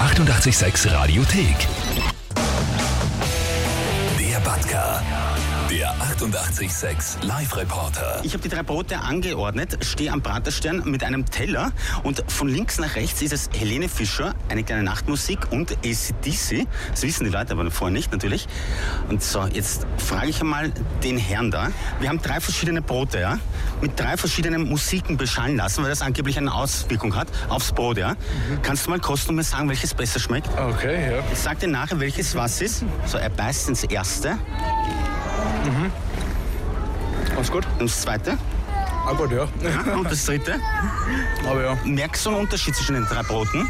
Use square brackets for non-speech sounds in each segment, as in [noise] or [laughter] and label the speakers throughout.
Speaker 1: 886 Radiothek. Der Batka. Der 886 Live-Reporter.
Speaker 2: Ich habe die drei Brote angeordnet, stehe am Praterstern mit einem Teller und von links nach rechts ist es Helene Fischer, eine kleine Nachtmusik und ACDC. Das wissen die Leute aber vorher nicht natürlich. Und so, jetzt frage ich einmal den Herrn da. Wir haben drei verschiedene Brote, ja? Mit drei verschiedenen Musiken beschallen lassen, weil das angeblich eine Auswirkung hat aufs Brot, ja? Kannst du mal kosten und mir sagen, welches besser schmeckt?
Speaker 3: Okay, ja.
Speaker 2: Ich sag dir nachher, welches was ist. So, er beißt ins erste,
Speaker 3: Alles gut?
Speaker 2: ins zweite
Speaker 3: Ah, gut, ja.
Speaker 2: und das dritte.
Speaker 3: Aber ja,
Speaker 2: Merkst du einen Unterschied zwischen den drei Broten?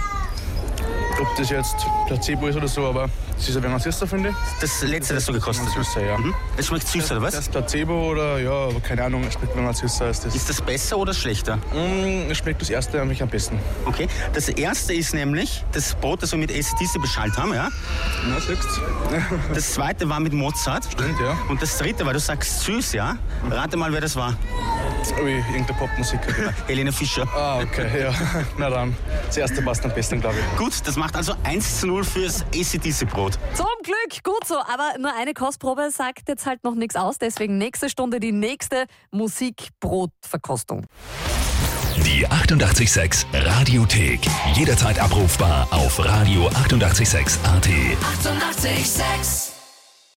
Speaker 3: ob das jetzt Placebo ist oder so, aber es ist ein wenig süßer, finde ich.
Speaker 2: Das letzte, das du gekostet
Speaker 3: Ein
Speaker 2: hast.
Speaker 3: süßer, ja.
Speaker 2: Hm? Das schmeckt süß, oder
Speaker 3: Das
Speaker 2: was?
Speaker 3: ist Placebo oder, ja, aber keine Ahnung, es schmeckt mir mal süßer als das.
Speaker 2: Ist das besser oder schlechter?
Speaker 3: Mm, es schmeckt das erste eigentlich am besten.
Speaker 2: Okay. Das erste ist nämlich das Brot, das wir mit ACDC beschallt haben, ja?
Speaker 3: Na, selbst?
Speaker 2: Das zweite war mit Mozart.
Speaker 3: Stimmt, ja.
Speaker 2: Und das dritte, weil du sagst süß, ja? Rate mal, wer das war.
Speaker 3: Ui, irgendeine [laughs] Popmusik.
Speaker 2: Helene Fischer.
Speaker 3: ah, okay, ja. Na dann, das erste passt am besten, glaube ich.
Speaker 2: Gut, das macht also 1 zu 0 fürs ACDC-Brot.
Speaker 4: Zum Glück, gut so. Aber nur eine Kostprobe sagt jetzt halt noch nichts aus. Deswegen nächste Stunde die nächste Musikbrotverkostung.
Speaker 1: Die 886 Radiothek. Jederzeit abrufbar auf radio886.at. 886! 886.
Speaker 5: 886